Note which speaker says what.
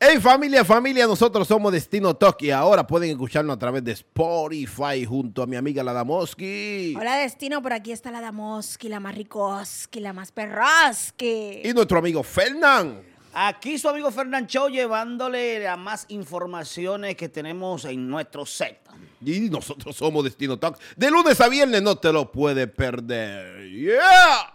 Speaker 1: Hey familia, familia, nosotros somos Destino Talk y ahora pueden escucharnos a través de Spotify junto a mi amiga La Damoski.
Speaker 2: Hola Destino, por aquí está la Damoski, la más ricoski, la más perroski.
Speaker 1: Y nuestro amigo Fernán.
Speaker 3: Aquí su amigo Fernán Show llevándole las más informaciones que tenemos en nuestro set.
Speaker 1: Y nosotros somos Destino Talk. De lunes a viernes no te lo puedes perder. ¡Yeah!